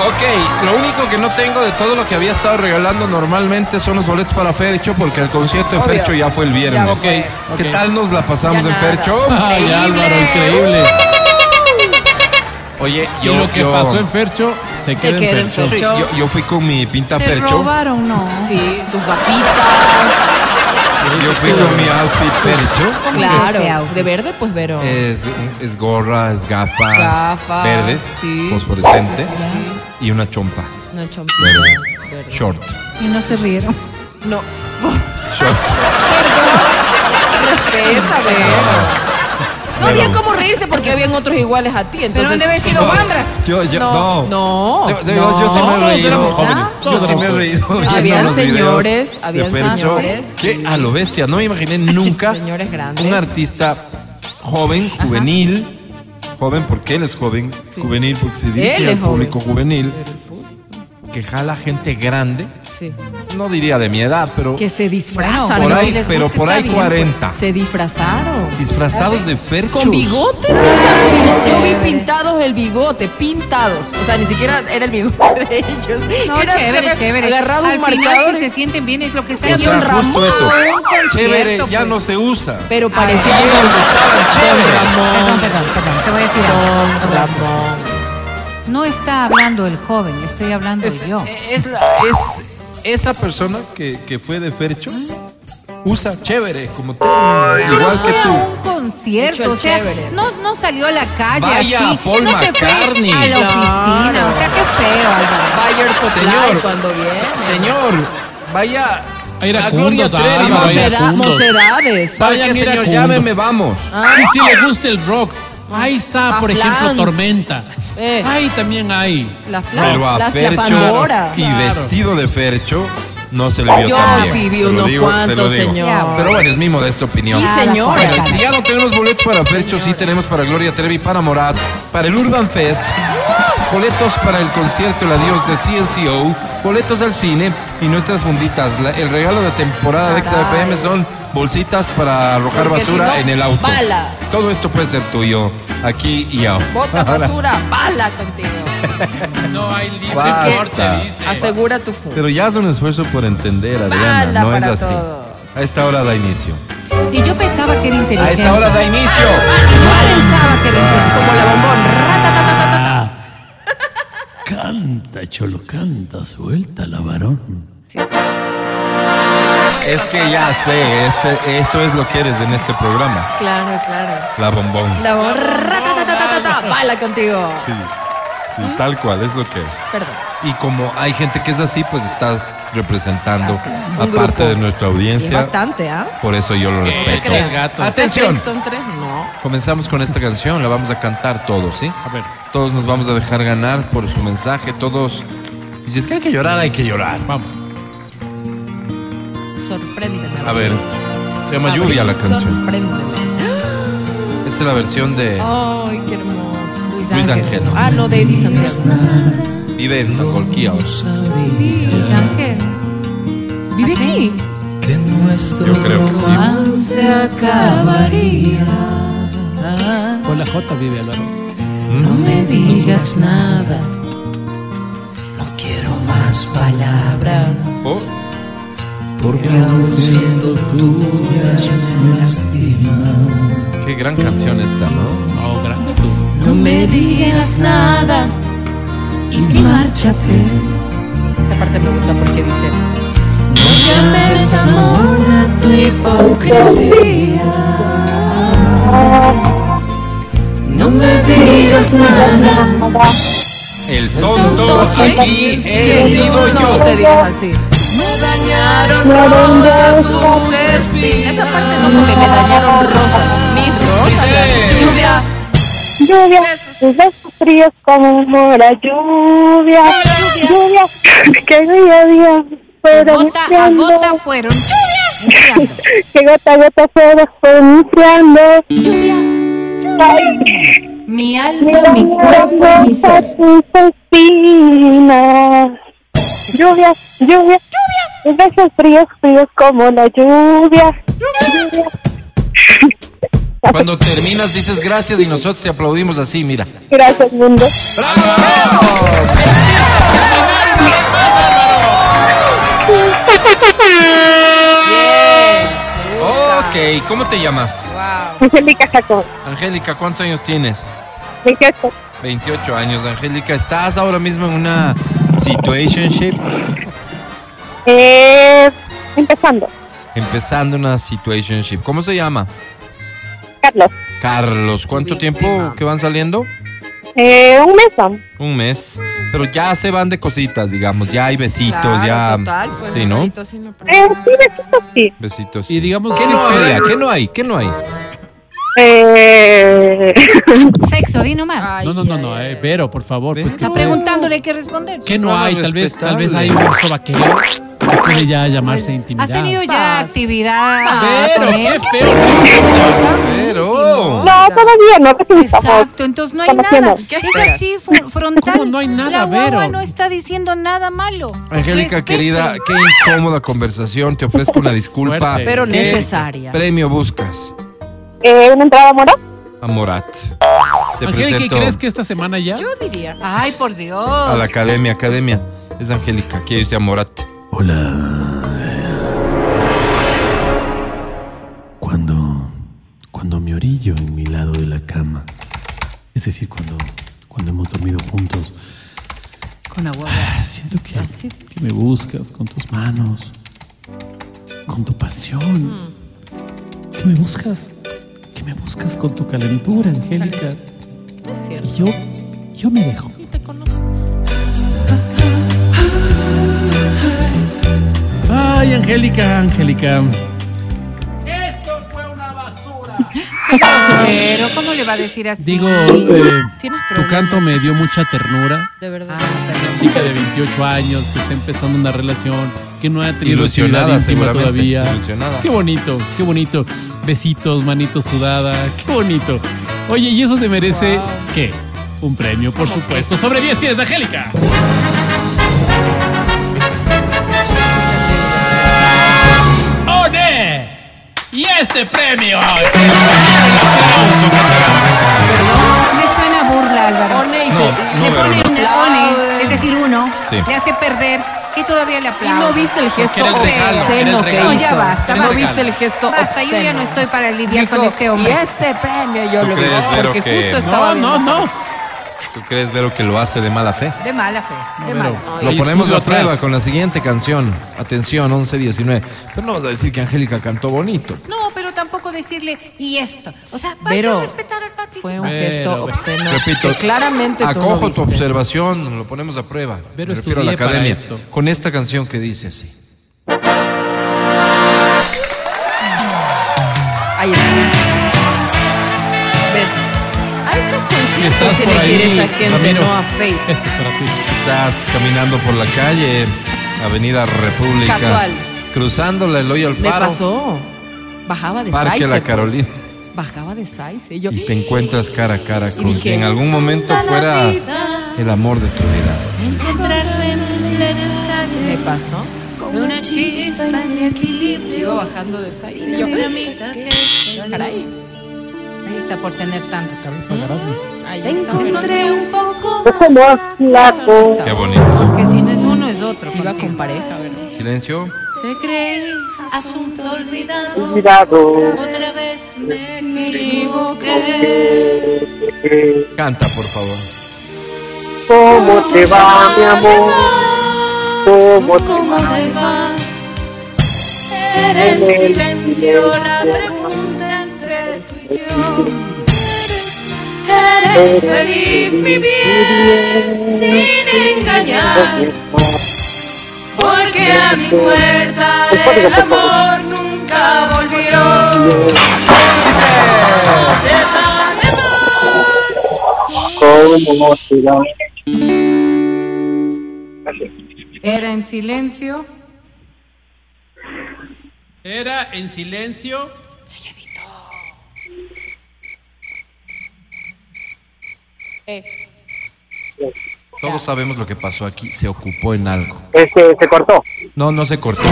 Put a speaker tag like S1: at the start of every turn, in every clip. S1: Ok, lo único que no tengo de todo lo que había estado regalando normalmente son los boletos para Fercho, porque el concierto de
S2: Obvio.
S1: Fercho ya fue el viernes.
S2: Ya fue.
S1: Ok. ¿Qué tal nos la pasamos
S2: Ya
S1: en
S2: nada.
S1: Fercho?
S3: Ay,
S2: Increíble.
S3: Álvaro, increíble.
S1: Oye,
S3: Y
S1: yo,
S3: lo que
S1: yo-
S3: pasó en Fercho se queda
S2: queda en
S3: en Fercho.
S1: sí,
S2: Fercho.
S1: yo- yo fui con mi pinta
S4: Te
S1: Fercho.
S4: robaron, no.
S2: Sí, tus gafitas.
S1: Yo fui con mi outfit
S2: Pues,
S1: Fercho.
S2: Claro. De verde, pues Vero.
S1: Es, es gorra, es gafas,
S2: Gafas,
S1: verdes,
S2: sí.
S1: fosforescente
S2: Sí, sí,
S1: y una chompa,
S2: No chompita. Verde.
S1: short.
S4: Y no se rieron.
S2: No.
S1: Short.
S2: Perdón. Respeta, Vero. No había cómo reírse porque habían otros iguales a ti. Entonces,
S4: debe haber sido Wambras.
S1: Yo, yo,
S2: no.
S1: no.
S2: No.
S1: Yo, de verdad, yo sí me
S2: No.
S1: he
S3: Todos éramos
S1: reído.
S3: jóvenes,
S1: Yo
S3: todos
S1: sí me
S3: éramos
S1: he
S3: jóvenes.
S1: reído. viendo
S2: Habían
S1: los videos
S2: señores,
S1: de
S2: habían
S1: Fercho.
S2: señores.
S1: Qué a lo bestia. No me imaginé nunca
S2: Señores grandes.
S1: un artista joven, juvenil. Joven porque él es joven. Juvenil porque se
S2: Él
S1: dirige
S2: es
S1: al
S2: joven.
S1: público juvenil. Que jala gente grande.
S2: Sí.
S1: No diría de mi edad, pero
S2: Que se disfrazan.
S1: por
S2: ¿no?
S1: ahí,
S2: Si les
S1: pero
S2: gusta,
S1: por
S2: está
S1: ahí
S2: bien,
S1: 40.
S2: pues. Se disfrazaron.
S1: Disfrazados de Fercho.
S2: Con bigote, pintados. yo vi pintados el bigote, pintados. O sea, ni siquiera era el bigote de ellos.
S4: No,
S2: era
S4: chévere, chévere.
S2: agarrado
S4: Al
S2: un
S4: final,
S2: marcador.
S4: si se sienten bien, es lo que está
S1: O sea,
S2: Ramón,
S1: justo eso.
S4: un concierto,
S1: Chévere, ya
S4: pues.
S1: no se usa.
S2: Pero parecía
S1: Ellos estaban chéveres.
S4: Perdón, perdón, perdón. Te voy a decir algo. Te voy a decir algo. No está hablando el joven, estoy hablando yo.
S1: Es, eh, la- es- esa persona que, que fue de Fercho usa chévere, como tú, igual
S4: Pero
S1: que
S4: fue a
S1: tú.
S4: un concierto,
S2: Hecho el
S4: o sea,
S2: chévere.
S4: no, no salió a la calle
S1: Vaya,
S4: así,
S1: Paul
S4: no se fue
S1: McCartney.
S4: a la
S2: Claro.
S4: oficina, o sea, qué feo, Álvaro.
S2: Bayer Supply
S1: Señor,
S2: cuando viene.
S1: se- señor, vaya
S3: A ir a
S1: Gloria
S3: Cundos,
S1: Trevi.
S3: ah,
S2: Moceda-
S3: vaya
S2: mocedades.
S3: juntos.
S1: ¿Sabe qué,
S3: Vayan
S1: Ah,
S3: a ir a
S1: señor?
S3: Cundos.
S1: Llámeme, vamos.
S3: Y si le gusta el rock, ahí está,
S2: A
S3: por ejemplo,
S2: Flans.
S3: Tormenta.
S2: Eh.
S3: Ahí también hay.
S2: La fla,
S1: Pero a
S2: la, la
S1: Fercho
S2: Pandora.
S1: y
S3: Claro.
S1: vestido de Fercho no se le vio
S2: Yo
S1: tan bien.
S2: sí vi
S1: Te lo
S2: unos
S1: digo, se lo
S2: cuantos,
S1: digo.
S2: señor.
S1: Pero bueno, es mi modesta opinión.
S2: Y señores.
S1: Bueno, si ya no tenemos boletos para Fercho, sí tenemos para Gloria Trevi, para Morat, para el Urban Fest, boletos para el concierto El Adiós de CNCO, boletos al cine y nuestras funditas. La- el regalo de temporada de
S2: Caray.
S1: XFM son bolsitas para arrojar
S2: Porque
S1: basura
S2: si no,
S1: en el auto.
S2: bala.
S1: Todo esto puede ser tuyo, aquí y ahora.
S2: Bota basura, bala contigo.
S3: No hay
S1: Basta.
S3: dice corte, dice.
S2: Asegura tu funda.
S1: Pero ya es un esfuerzo por entender, Adriana,
S2: Bala
S1: no es
S2: para
S1: así.
S2: todos.
S1: A esta hora da inicio.
S4: Y yo pensaba que era
S1: A
S4: inteligente.
S1: esta hora da inicio.
S4: Yo pensaba que era inteligente.
S2: Como la bombón. Ratatatatata.
S3: Canta, cholo, canta, suelta la varón.
S1: Es que ya sé, este, eso es lo que eres en este programa,
S2: Claro, claro.
S1: la bombón.
S2: La bombón. ratatatatata. Bala contigo.
S1: Sí, sí, tal cual, es lo que es.
S2: Perdón.
S1: Y como hay gente que es así, pues estás representando
S2: Gracias.
S1: a
S2: Un
S1: parte
S2: grupo.
S1: de nuestra
S2: Y es
S1: audiencia.
S2: bastante, ¿ah?
S1: Por eso yo lo
S3: se
S1: respeto.
S3: crean. gatos.
S1: Atención.
S2: Son tres, no.
S1: Comenzamos con esta canción, la vamos a cantar todos, ¿sí?
S3: A ver,
S1: Todos nos vamos a dejar ganar por su mensaje, todos... Y si es que hay que llorar, hay que llorar.
S3: vamos.
S2: Sorpréndeme.
S1: A ver, se llama Lluvia la canción.
S2: Sorpréndeme.
S1: Esta es la versión de
S2: Ay, qué hermoso.
S1: Luis Ángel.
S2: Ah, no, de Eddie Santiago.
S1: Vive en Golquía ahora.
S4: Luis Ángel.
S2: Vive aquí.
S1: Yo creo que sí.
S2: Se acabaría.
S3: Con la J vive Álvaro.
S2: No me digas nada.
S5: No quiero más palabras,
S1: Oh,
S5: porque aún siendo tuyas me lastiman.
S1: qué gran canción esta, ¿no?
S3: No, Oh, grande tú.
S2: No me digas nada.
S5: Y márchate,
S2: Esa parte me gusta porque dice.
S5: llames amor a tu hipocresía. No me digas nada,
S1: El tonto aquí he
S2: Sí,
S1: sido
S2: no,
S1: yo.
S2: No te digas así.
S5: me dañaron rosas tus espinas.
S2: Esa parte no, porque me dañaron rosas. Mis rosas.
S1: Dice-
S2: Lluvia.
S6: Lluvia, tus besos fríos como un mora, lluvia, lluvia, que día a día fueron
S4: Gota a
S6: iniciando,
S4: gota fueron.
S6: que gota a gota fueron pronunciando, ay,
S4: Mi
S6: mi
S4: alma, mi cuerpo,
S6: corazón
S4: mi
S6: a
S4: ser.
S6: tus espinas. Lluvia, lluvia, tus besos fríos, fríos como la lluvia, lluvia,
S1: Cuando terminas dices gracias y nosotros te aplaudimos así, mira.
S6: gracias mundo.
S1: ¡Bravo!
S2: Bien. Me gusta.
S1: Ok, ¿cómo te llamas?
S2: Wow.
S6: Angélica Chacón,
S1: Angélica, ¿cuántos años tienes?
S6: 28.
S1: 28 años, Angélica. ¿Estás ahora mismo en una situationship?
S6: Eh, empezando,
S1: Empezando una situationship. ¿Cómo se llama?
S6: Carlos,
S1: Carlos, ¿cuánto
S2: Bien,
S1: tiempo que van saliendo?
S6: eh, un mes vamos.
S1: Un mes. Pero ya se van de cositas, digamos. Ya hay besitos,
S2: Claro,
S1: ya.
S2: Total, pues,
S1: sí, ¿no?
S2: besitos, sí, no pasa
S6: Eh,
S2: nada.
S6: sí, besitos, sí.
S1: Besitos.
S3: Y digamos
S1: ¿Qué
S3: que
S1: no
S3: espera,
S1: había? ¿Qué no hay? ¿Qué no hay?
S6: Eh,
S4: Sexo, di nomás.
S2: Ay,
S3: No, no, no, no,
S2: ay,
S3: eh,
S2: ay.
S3: Vero, por favor. Pues,
S4: Está
S1: no.
S4: preguntándole, hay que responder.
S3: ¿Qué no hay? Tal vez, tal vez hay un oso vaquero que puede ya llamarse intimidad.
S4: ¿Has tenido ya
S2: Paz.
S4: actividad
S2: Paz,
S4: con
S3: Pero
S4: él?
S3: qué feo.
S1: Pero.
S6: no, todavía no, porque estamos.
S4: Exacto, entonces no hay nada.
S6: Conociendo.
S2: ¿Qué
S4: Es
S2: esperas?
S4: así, fr- frontal.
S3: ¿Cómo no hay nada,
S4: La guagua
S3: Vero?
S4: no está diciendo nada malo.
S1: Angélica,
S4: Respeten.
S1: querida, qué incómoda conversación. Te ofrezco una disculpa.
S3: Fuerte.
S2: Pero
S1: ¿Qué
S2: necesaria.
S1: premio buscas
S6: Eh, ¿Una entrada amorosa?
S1: a Morat? Te
S3: Angélica, ¿y
S1: presento
S3: crees que esta semana ya?
S2: Yo diría.
S4: Ay, por Dios.
S1: a la academia. Academia. Es Angélica, quiere irse a Morat.
S3: Cuando, cuando me orillo en mi lado de la cama, es decir, cuando, cuando hemos dormido juntos,
S4: Con agua.
S3: ah, siento que, que me buscas con tus manos, con tu pasión, que me buscas, que me buscas con tu calentura, Angélica.
S2: No es cierto.
S3: Y yo, yo me dejo. Ay, Angélica, Angélica.
S4: Pero, ¿cómo le va a decir así?
S3: Digo, eh,
S2: Tienes
S3: tu
S2: problemas,
S3: canto me dio mucha ternura.
S2: de verdad.
S3: Una chica de 28 años que está empezando una relación, que no ha tenido
S1: Ilusionada,
S3: actividad íntima
S1: seguramente,
S3: todavía.
S1: ilusionada.
S3: Qué bonito, qué bonito. Besitos, manito sudada, qué bonito. Oye, y eso se merece ¿qué? Un premio, por supuesto. Sobre 10 tienes, Angélica. ¡One! Y este premio.
S4: Perdón, me suena burla, Álvaro.
S2: Pone y
S1: No,
S2: se-
S1: no,
S4: le
S1: Vero,
S4: pone,
S1: no.
S4: le
S2: eh.
S4: pone, es decir, uno,
S1: Sí.
S4: le hace perder y todavía le
S2: Y
S4: aplaude.
S2: no viste
S4: Pues
S2: el gesto
S3: Porque eres regalo,
S2: obsceno
S3: eres
S2: que hizo.
S3: regalo.
S4: No, ya basta,
S2: No
S4: basta.
S2: viste el gesto
S4: Basta, yo ya
S2: obsceno.
S4: no estoy para lidiar
S2: Dijo,
S4: con este
S2: Y
S4: hombre.
S2: este premio yo
S1: ¿Tú
S2: lo vi
S1: crees, Vero,
S2: porque
S1: que-
S2: justo estaba
S3: No, no,
S2: viendo-
S3: no.
S1: ¿Tú crees, Vero, que lo hace de mala fe?
S4: De mala fe, de mala.
S3: Vero.
S1: Lo
S3: Ahí
S1: ponemos a
S3: estuvo atrás.
S1: prueba con la siguiente canción. Atención, 11-19. Pero no vas a decir que Angélica cantó bonito.
S4: No, pero tampoco decirle, y esto. O sea, hay que
S2: Pero
S4: respetar al participante.
S2: Fue un
S3: Vero,
S2: gesto
S3: Vero.
S2: obsceno.
S1: Repito,
S2: que claramente tú no
S1: acojo tu
S2: viste.
S1: observación, lo ponemos a prueba.
S3: Pero
S1: Me refiero a la
S3: estudié para
S1: academia.
S3: esto.
S1: Con esta canción que dice así.
S2: Ahí está. ¿Ves? A estos
S3: Si
S2: conciertos
S3: estás
S2: se
S3: por
S2: le
S3: ahí,
S2: quiere esa gente,
S3: Ramiro,
S2: no a Faith.
S3: Este es para ti.
S1: Estás caminando por la calle, Avenida República.
S2: Casual.
S1: Cruzando la Eloy al
S2: Me
S1: Faro,
S2: pasó. Bajaba de
S1: Parque
S2: Saize,
S1: La
S2: pues.
S1: Carolina.
S2: Bajaba de Saize. Y yo,
S1: Y te encuentras cara a cara con
S2: dije,
S1: que en algún momento fuera el amor de tu vida.
S5: Encontrarme
S2: me pasó.
S5: con una chispa en equilibrio.
S2: Iba bajando de Saize. Y yo, caray.
S4: Ahí está por tener tantos.
S2: Ahí está.
S5: Encontré un poco
S6: Ojo
S5: más.
S6: más largo.
S1: Qué bonito.
S4: Porque si no es uno, es otro.
S2: Iba
S4: contigo.
S2: con pareja, ¿verdad?
S1: Silencio.
S5: Te creí asunto olvidado.
S6: Cuidado.
S5: Otra vez me equivoqué.
S1: Canta, por favor.
S6: ¿Cómo te va, mi amor? ¿Cómo te
S5: ¿Cómo
S6: va?
S5: te va? Era en silencio la pregunta entre tú y yo. Eres feliz, mi bien, sin engañar. Porque a mi puerta el amor nunca volvió.
S6: ¿Cómo te va?
S4: Era en silencio.
S3: Era en silencio.
S1: Todos sabemos lo que pasó aquí. Se ocupó en algo.
S6: Este, se cortó.
S1: No, no se cortó.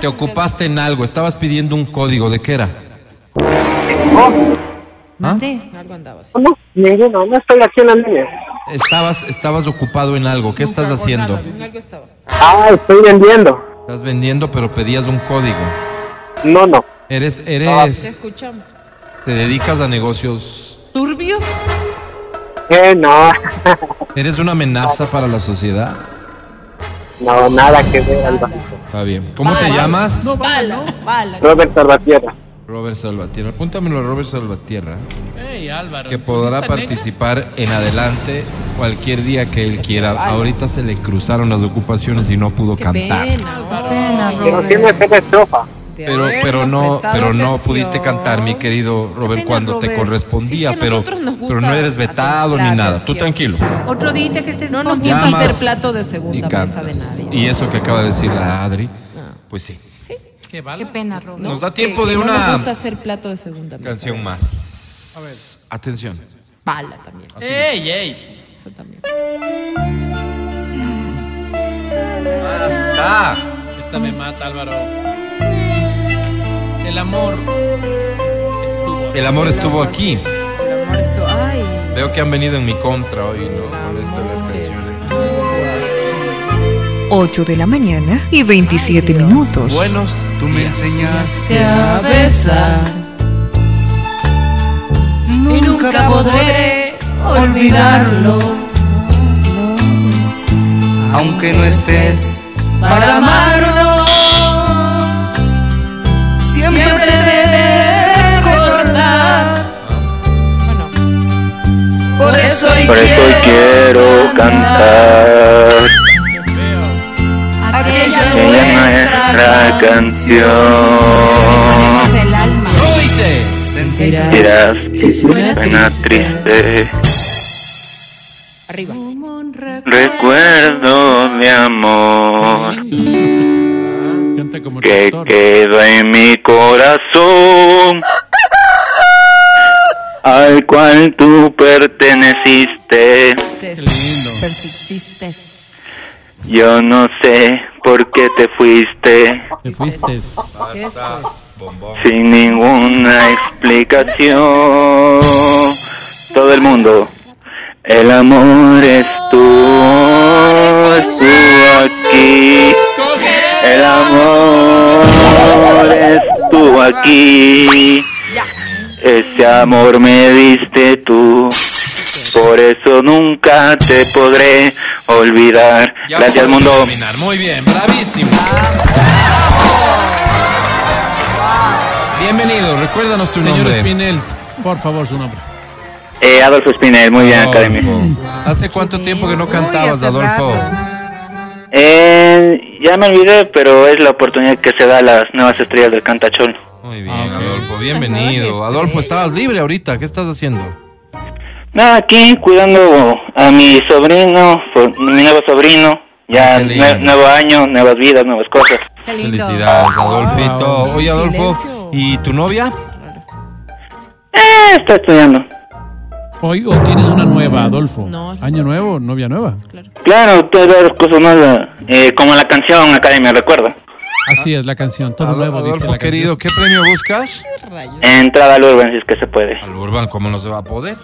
S1: Te ocupaste en algo. Estabas pidiendo un código. ¿De qué era? ¿Ah?
S4: Mande.
S2: Algo andaba así.
S6: No, mire, no, no estoy aquí en la línea.
S1: Estabas, estabas ocupado en algo. ¿Qué estás haciendo?
S2: En algo estaba.
S6: Ah, estoy vendiendo.
S1: Estás vendiendo, pero pedías un código.
S6: No, no.
S1: Eres,
S2: Te
S1: eres,
S2: escuchamos.
S1: te dedicas a negocios.
S2: ¿Turbio?
S6: Eh, no.
S1: Eres una amenaza para la sociedad.
S6: No, nada que ver, Alvarito.
S1: Está bien.
S2: Ah,
S1: ¿Cómo te llamas?
S2: Bala, bala.
S6: Robert Salvatierra.
S1: Robert Salvatierra. Apúntamelo a Robert Salvatierra,
S3: Hey, Álvaro.
S1: que podrá
S3: ¿tú eres tan
S1: participar en adelante cualquier día que él quiera. Ahorita se le cruzaron las ocupaciones y no pudo
S2: Qué
S1: cantar.
S2: pena.
S4: Pena,
S6: Pero
S4: Robert.
S6: tiene ser estrofa.
S2: de
S1: Pero,
S2: habernos
S1: pero no,
S2: prestado
S1: pero no
S2: atención.
S1: pudiste cantar, mi querido Robert,
S2: pena,
S1: cuando te
S2: Robert.
S1: correspondía,
S2: Sí, es que
S1: pero,
S2: nosotros nos gusta
S1: pero no eres vetado
S2: atención,
S1: ni
S2: la
S1: nada. Tú
S2: atención.
S1: tranquilo.
S4: Otro día que estés
S2: No nos
S4: con
S2: gusta
S1: Llamas
S2: ser plato de
S1: Y
S2: segunda mesa de
S1: cantas.
S2: nadie. Ah.
S1: Y eso que acaba de decir la Adri, pues sí.
S3: negro? Qué bala.
S4: Qué pena, Robert.
S1: Nos da
S2: que-
S1: tiempo
S2: que
S1: de
S2: no
S1: una
S2: nos gusta ser plato de segunda mesa.
S1: Canción más. Atención.
S2: Bala también.
S3: Ey, ey.
S2: Eso también.
S1: Ah,
S3: Esta me mata, Álvaro. El amor estuvo.
S1: el amor estuvo aquí.
S2: El amor esto. Ay.
S1: Veo que han venido en mi contra hoy, ¿no? Con esto de las canciones.
S7: 8 de la mañana y 27 minutos.
S1: Buenos, tú me enseñas.
S2: Te a besar. Y nunca podré olvidarlo.
S8: aunque no estés.
S2: Para amarnos. Siempre te de recordar. Por eso hoy
S8: Por eso hoy quiero cantar
S2: Aquella
S8: aquella nuestra
S2: nuestra
S8: canción.
S4: Tenemos el alma.
S1: ¿Cómo dice?
S8: Dirás que
S2: suena
S8: suena triste.
S2: Arriba.
S8: Recuerdo de amor
S3: Canta como
S8: que
S3: doctor.
S8: quedó en mi corazón. Al cual tú perteneciste.
S2: Te
S3: Lindo.
S2: persististe.
S8: Yo no sé por qué te fuiste.
S3: Te fuiste.
S1: Ah,
S8: Sin ninguna explicación. Todo el mundo. El amor estuvo, estuvo aquí. El amor estuvo aquí. Ese amor me diste tú. Por eso nunca te podré olvidar.
S1: Ya
S8: Gracias,
S1: podemos
S8: mundo.
S1: terminar. Muy bien, bravísimo.
S2: Ah,
S1: Bienvenido, recuérdanos tu
S3: Señor
S1: nombre.
S3: Espinel, por favor, su nombre.
S8: Eh, Adolfo Spinel, muy bien, Academia.
S1: Adolfo. ¿Hace cuánto tiempo que no
S4: Uy,
S1: cantabas,
S4: hace
S1: Adolfo?
S4: rato.
S8: Eh, ya me olvidé, pero es la oportunidad que se da a las nuevas estrellas del cantachol.
S1: Muy bien,
S3: Ah, ok.
S1: Adolfo,
S2: Las
S1: bienvenido.
S2: nuevas
S1: Adolfo,
S2: estrellas.
S1: estabas libre ahorita, ¿qué estás haciendo?
S8: Nada, aquí cuidando a mi sobrino, so- mi nuevo sobrino. Ya
S1: Qué
S8: nue-
S1: lindo.
S8: nuevo año, nuevas vidas, nuevas cosas.
S4: Qué lindo.
S1: Felicidades, Adolfito. Oye, Adolfo,
S2: Silencio.
S1: ¿y tu novia?
S8: Eh, está estudiando.
S3: Hoy o tienes una nueva, Adolfo.
S2: No, es la
S3: Año nuevo, novia nueva.
S8: Claro, todas las cosas nuevas. Eh, como la canción Academia, recuerda.
S3: Así es la canción, todo nuevo dice
S1: Adolfo,
S3: la
S1: querido, ¿qué premio buscas?
S8: Entrada al Urban, si es que se puede.
S1: Al Urban, ¿cómo no se va a poder?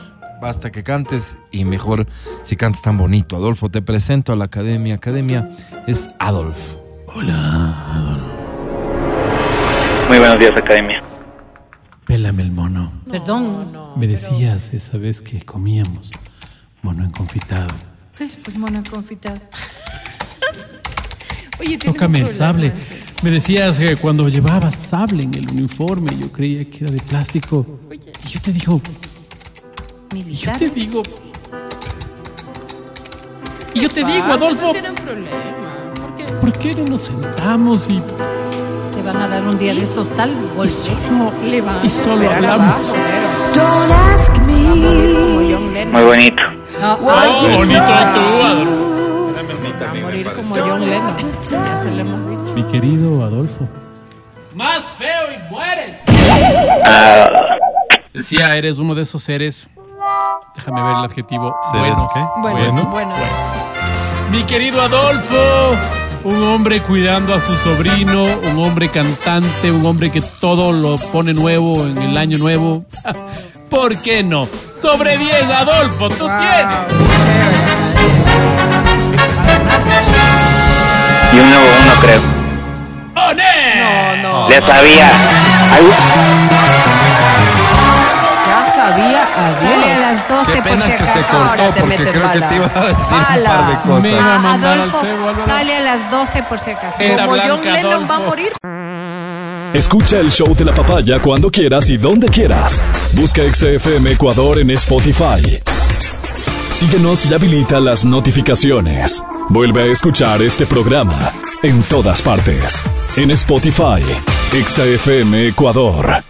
S1: Basta que cantes y mejor si cantas tan bonito. Adolfo, te presento a la academia. Academia es Adolf.
S8: Muy buenos días, Academia.
S3: canción. Pélame el mono.
S4: Perdón.
S3: Me decías esa vez que comíamos mono en confitado.
S4: Pues, pues mono confitado.
S2: Oye, tienes
S3: Tócame
S2: un
S3: el sable.
S2: problema.
S3: Me decías que cuando llevabas sable en el uniforme yo creía que era de plástico. Y yo te digo, y yo
S4: Militar.
S3: te digo. Y yo te digo, Adolfo,
S2: Tiene un problema. Porque
S3: ¿por qué no nos sentamos y,
S4: Te van a dar un día de estos tal
S3: y
S4: golpe.
S3: solo,
S2: le van
S3: y solo
S2: a esperar
S3: hablamos?
S2: abajo, pero
S5: Don't ask
S2: como
S5: me.
S2: John Lennon.
S8: Muy bonito.
S4: Ah,
S2: Va a morir como John Lennon. Ya se lo hemos dicho.
S3: Mi querido Adolfo.
S8: Ah,
S3: Decía, eres uno de esos seres. Déjame ver el adjetivo.
S1: ¿Seres
S3: buenos.
S1: qué?
S2: Bueno, bueno.
S3: Mi querido Adolfo, un hombre cuidando a su sobrino, un hombre cantante, un hombre que todo lo pone nuevo en el año nuevo. ¿Por qué no? Sobre 10, Adolfo, tú tienes.
S8: y un nuevo uno, creo.
S3: poner.
S2: No, no.
S8: Le sabía. Ay,
S2: Ya sabía
S4: Sale a
S2: adiós.
S4: las 12
S1: Qué pena
S4: por si
S1: que
S4: acaso.
S1: se
S2: ahora
S1: cortó
S2: te
S1: porque
S2: mete
S1: creo que
S2: bala.
S1: te iba a decir
S2: Bala.
S1: un par de cosas.
S3: Me iba a
S4: Ah,
S3: mandar al
S4: Adolfo,
S3: cebo, Álvaro.
S4: sale a las 12 por si acaso.
S3: Era
S2: Como John
S3: Blanca
S2: Lennon va a
S3: Adolfo.
S2: morir.
S9: Escucha el show de la papaya cuando quieras y donde quieras. Busca XFM Ecuador en Spotify. Síguenos y habilita las notificaciones. Vuelve a escuchar este programa en todas partes. En Spotify, XFM Ecuador.